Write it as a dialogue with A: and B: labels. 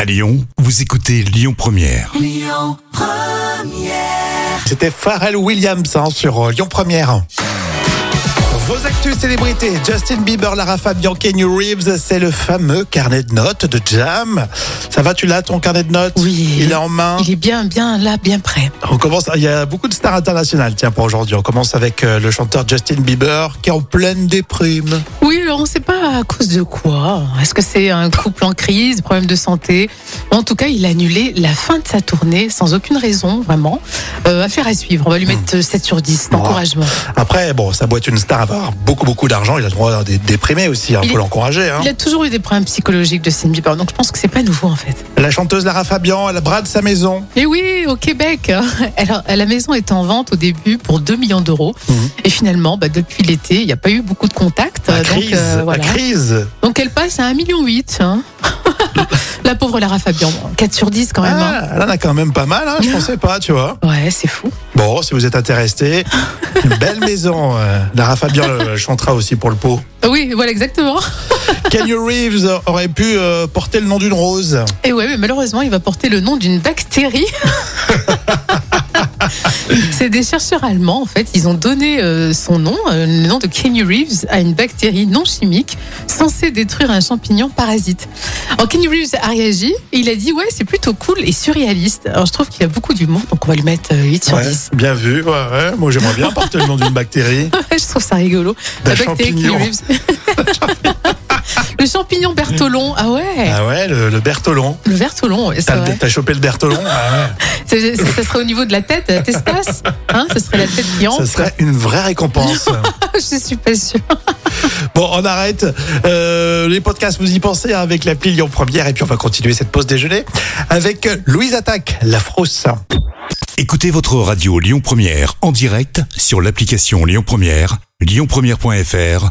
A: À Lyon, vous écoutez Lyon Première.
B: C'était Pharrell Williams hein, sur euh, Lyon Première. Vos actus célébrités, Justin Bieber, Lara Fabian, Kenny Reeves, c'est le fameux carnet de notes de Jam. Ça va, tu l'as ton carnet de notes
C: Oui.
B: Il est en main.
C: Il est bien, bien là, bien près.
B: On commence, il y a beaucoup de stars internationales, tiens, pour aujourd'hui. On commence avec euh, le chanteur Justin Bieber qui est en pleine déprime.
C: Oui, alors on ne sait pas à cause de quoi. Oh, Est-ce que c'est un couple en crise, problème de santé En tout cas, il a annulé la fin de sa tournée sans aucune raison, vraiment. Euh, affaire à suivre. On va lui
B: Hmm.
C: mettre 7 sur 10 d'encouragement.
B: Hein? Après, bon, ça boîte une star à avoir beaucoup, beaucoup d'argent. Il a le droit à des déprimés aussi, il
C: Il
B: faut
C: est-
B: l'encourager. hein.
C: Il a toujours eu des problèmes psychologiques de Justin Bieber, donc je pense que c'est pas nouveau en fait.
B: La chanteuse Lara Fabian, elle brade sa maison.
C: Et oui, au Québec, hein. alors, la maison était en vente au début pour 2 millions d'euros.
B: Mhm.
C: Et finalement, bah, depuis l'été, il n'y a pas eu beaucoup de contacts.
B: La
C: donc,
B: crise,
C: euh,
B: la
C: voilà.
B: crise.
C: Donc elle passe à 1,8 million. Hein. la pauvre Lara Fabian, 4 sur 10 quand même. hein.
B: Ah, elle en a quand même pas mal, hein, je pensais pas, tu vois.
C: Ouais, c'est fou.
B: Bon, si vous êtes intéressé, une belle maison. euh, Lara Fabian euh, chantera aussi pour le pot.
C: Euh, Oui, voilà exactement.
B: Kenny Reeves aurait pu euh, porter le nom d'une rose.
C: Et ouais, mais malheureusement, il va porter le nom d'une bactérie. C'est des chercheurs allemands, en fait. Ils ont donné euh, son nom, euh, le nom de Kenny Reeves, à une bactérie non chimique censée détruire un champignon parasite. Alors, Kenny Reeves a réagi et il a dit Ouais, c'est plutôt cool et surréaliste. Alors, je trouve qu'il a beaucoup d'humour, donc on va lui mettre euh, 8 sur
B: Ouais,
C: 10.
B: bien vu. ouais, ouais. Moi, j'aimerais bien porter le nom d'une bactérie.
C: je trouve ça rigolo.
B: D'un
C: La bactérie Kenny
B: champignon.
C: Reeves. le champignon Bertolon. Ah ouais
B: Ah ouais, le, le Bertolon.
C: Le Bertolon, ouais, c'est
B: T'as
C: vrai.
B: t'as chopé le Bertolon ah ouais.
C: C'est- c'est- Ça serait au niveau de la tête, la testasse. Hein, ça serait la tête qui
B: Ça
C: entre.
B: serait une vraie récompense.
C: Je suis pas sûre.
B: Bon, on arrête. Euh, les podcasts, vous y pensez hein, avec l'appli Lyon Première. Et puis, on va continuer cette pause déjeuner avec Louise Attaque, la frousse.
A: Écoutez votre radio Lyon Première en direct sur l'application Lyon Première, lyonpremière.fr